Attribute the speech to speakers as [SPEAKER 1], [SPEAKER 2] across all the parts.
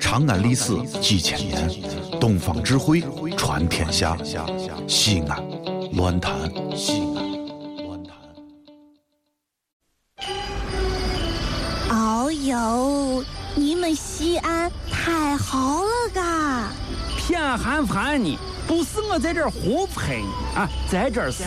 [SPEAKER 1] 长安历史几千年，东方智慧传天下。西安，乱谈西安，乱谈。
[SPEAKER 2] 哦呦，你们西安太好了嘎！
[SPEAKER 3] 偏寒寒你，不是我在这儿胡喷你啊，在这儿是，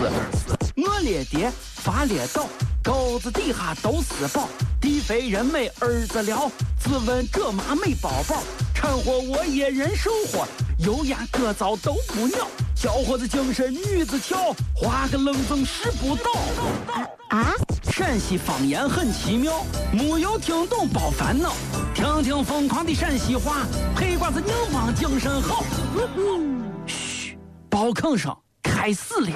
[SPEAKER 3] 我列爹发列倒，沟子底下都是宝，地肥人美儿子了，自问这妈美宝宝，掺和我也人生活，油盐各糟都不尿，小伙子精神女子俏，花个愣风使不倒。
[SPEAKER 2] 啊，
[SPEAKER 3] 陕西方言很奇妙，没有听懂别烦恼，听听疯狂的陕西话，黑瓜子硬邦精神好。嘘，包吭声开始了。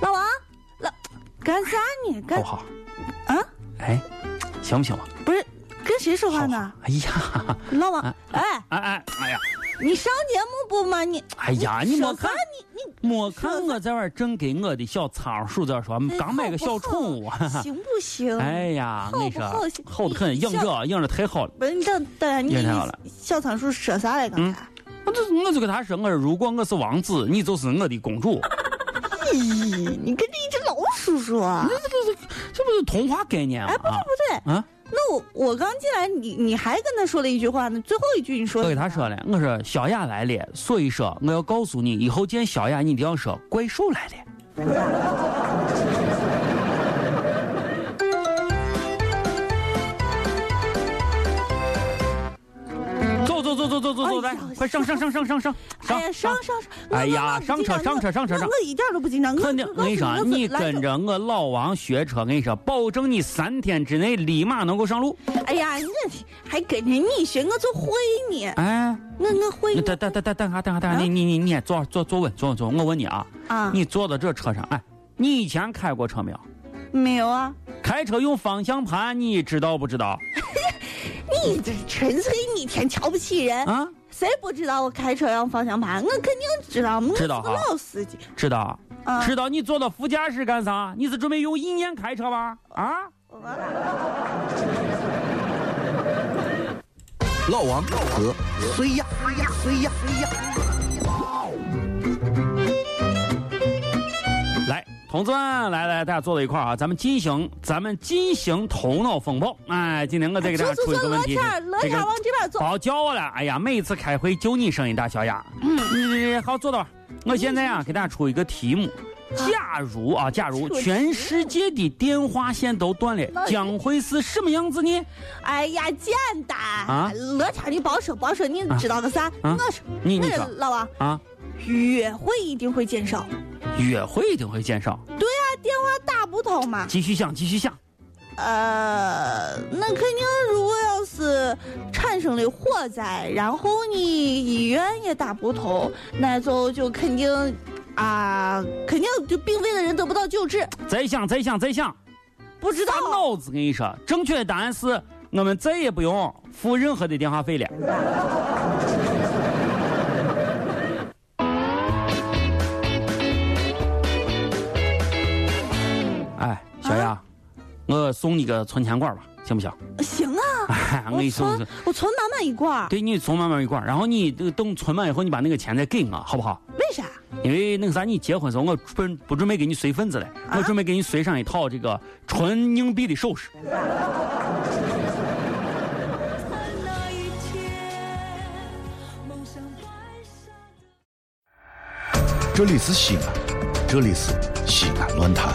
[SPEAKER 2] 老王，老干啥呢？
[SPEAKER 3] 好
[SPEAKER 2] 干
[SPEAKER 3] 不哦好？
[SPEAKER 2] 啊，
[SPEAKER 3] 哎，行不行吧？
[SPEAKER 2] 不是跟谁说话呢？
[SPEAKER 3] 哎呀，
[SPEAKER 2] 老王
[SPEAKER 3] 啊，
[SPEAKER 2] 哎，
[SPEAKER 3] 哎哎哎呀，
[SPEAKER 2] 你上节目不嘛你？
[SPEAKER 3] 哎呀，你
[SPEAKER 2] 说
[SPEAKER 3] 没
[SPEAKER 2] 啥
[SPEAKER 3] 看，
[SPEAKER 2] 你你
[SPEAKER 3] 没看我在外正给我的小仓鼠在说，
[SPEAKER 2] 哎
[SPEAKER 3] 刚买嗯个小宠物。
[SPEAKER 2] 好不好行不行？
[SPEAKER 3] 哎呀，我跟你说
[SPEAKER 2] 好不好，
[SPEAKER 3] 好的很，硬着硬着太好了。
[SPEAKER 2] 不是，你等等，你
[SPEAKER 3] 也太好了嗯
[SPEAKER 2] 你小仓鼠说啥来刚才？
[SPEAKER 3] 我就我就跟他说，我说如果我是王子，你就是我的公主。
[SPEAKER 2] 咦，哎你跟着一只老鼠说？
[SPEAKER 3] 这不是这不是童话概念吗？
[SPEAKER 2] 哎，不对不对，
[SPEAKER 3] 啊，
[SPEAKER 2] 那我我刚进来，你你还跟他说了一句话呢，最后一句你说
[SPEAKER 3] 我
[SPEAKER 2] 的
[SPEAKER 3] 给
[SPEAKER 2] 是
[SPEAKER 3] 他
[SPEAKER 2] 啥
[SPEAKER 3] 说了，我说小雅来了，所以说我要告诉你，以后见小雅你一定要说怪兽来了。走走走走走走走，
[SPEAKER 2] 哎
[SPEAKER 3] 来
[SPEAKER 2] 呀，
[SPEAKER 3] 快上上上上上上
[SPEAKER 2] 哎呀，
[SPEAKER 3] 上
[SPEAKER 2] 上上上！我我我不
[SPEAKER 3] 哎呀上
[SPEAKER 2] 紧
[SPEAKER 3] 车
[SPEAKER 2] 张
[SPEAKER 3] 上
[SPEAKER 2] 我
[SPEAKER 3] 车上车
[SPEAKER 2] 我
[SPEAKER 3] 上
[SPEAKER 2] 我一点都不紧张，我
[SPEAKER 3] 肯定，
[SPEAKER 2] 我
[SPEAKER 3] 我跟你说啊，
[SPEAKER 2] 我
[SPEAKER 3] 你
[SPEAKER 2] 来
[SPEAKER 3] 跟
[SPEAKER 2] 着。
[SPEAKER 3] 着我老王学车，我跟你说，保证你三天之内立马能够上路。
[SPEAKER 2] 哎呀，我还跟着你学，我就会你，
[SPEAKER 3] 哎，
[SPEAKER 2] 我我会
[SPEAKER 3] 你
[SPEAKER 2] 你
[SPEAKER 3] 等等等等等下等下等下，
[SPEAKER 2] 啊
[SPEAKER 3] 你你你你坐坐坐稳坐稳坐稳，我问你啊，
[SPEAKER 2] 啊！
[SPEAKER 3] 你坐到这车上，哎，你以前开过车没有？
[SPEAKER 2] 没有啊？
[SPEAKER 3] 开车用方向盘，你知道不知道
[SPEAKER 2] 你这纯粹逆天瞧不起人，
[SPEAKER 3] 啊？
[SPEAKER 2] 谁不知道我开车要方向盘？我肯定知道，我
[SPEAKER 3] 知
[SPEAKER 2] 是
[SPEAKER 3] 道
[SPEAKER 2] 个
[SPEAKER 3] 哈
[SPEAKER 2] 老司机
[SPEAKER 3] 知道，
[SPEAKER 2] 啊！
[SPEAKER 3] 知道。你坐到副驾驶干啥？你是准备用意念开车吧？啊？
[SPEAKER 4] 老王和谁呀？谁呀？谁呀？谁呀？
[SPEAKER 3] 来，同志们，来来，大家坐到一块儿啊，咱们进行咱们进行头脑风暴。哎，今天我再给大家
[SPEAKER 2] 啊坐
[SPEAKER 3] 出一
[SPEAKER 2] 坐
[SPEAKER 3] 个
[SPEAKER 2] 坐，
[SPEAKER 3] 问
[SPEAKER 2] 罗
[SPEAKER 3] 题
[SPEAKER 2] 天儿，，罗
[SPEAKER 3] 这
[SPEAKER 2] 天
[SPEAKER 3] 个哦
[SPEAKER 2] 儿往这边坐。
[SPEAKER 3] 别叫我了！哎呀，每次开会就你声音大，小雅。嗯，好，坐到吧。我现在啊，给大家出一个题目：假如啊，假如
[SPEAKER 2] 出题
[SPEAKER 3] 全世界的电话线都断了，
[SPEAKER 2] 那
[SPEAKER 3] 将会是什么样子呢？
[SPEAKER 2] 哎呀，简单
[SPEAKER 3] 啊
[SPEAKER 2] 罗天儿，你别说别说，你知道个啥？
[SPEAKER 3] 啊
[SPEAKER 2] 我说，
[SPEAKER 3] 你
[SPEAKER 2] 我
[SPEAKER 3] 你
[SPEAKER 2] 说
[SPEAKER 3] 说
[SPEAKER 2] 老王，
[SPEAKER 3] 啊，
[SPEAKER 2] 约会一定会减少。
[SPEAKER 3] 约会一定会减少。
[SPEAKER 2] 对啊，电话打不通嘛。
[SPEAKER 3] 继续想，继续想。
[SPEAKER 2] 呃，那肯定，如果要是呃产生了火灾，然后呢医院也打不通，那就就肯定啊、肯定就病危的人得不到救治。
[SPEAKER 3] 再想，再想，再想。
[SPEAKER 2] 不知道
[SPEAKER 3] 大脑子，跟你说，正确的答案是我们再也不用付任何的电话 费了。哎，小雅，
[SPEAKER 2] 啊
[SPEAKER 3] 我送你个存钱罐吧，行不行？
[SPEAKER 2] 行啊，
[SPEAKER 3] 哎， 我给
[SPEAKER 2] 我
[SPEAKER 3] 你送一
[SPEAKER 2] 存
[SPEAKER 3] 个，
[SPEAKER 2] 我存满满一罐儿，
[SPEAKER 3] 对你存满满一罐儿，然后你这个等存满以后，你把那个钱再给我，好不好？
[SPEAKER 2] 为啥？
[SPEAKER 3] 因为那个啥，你结婚时候我准不准备给你随份子了，我准备给你随上一套这个纯硬币的首饰。
[SPEAKER 5] 那一天，梦想白纱的。
[SPEAKER 1] 这里是西安，这里是西安乱谈。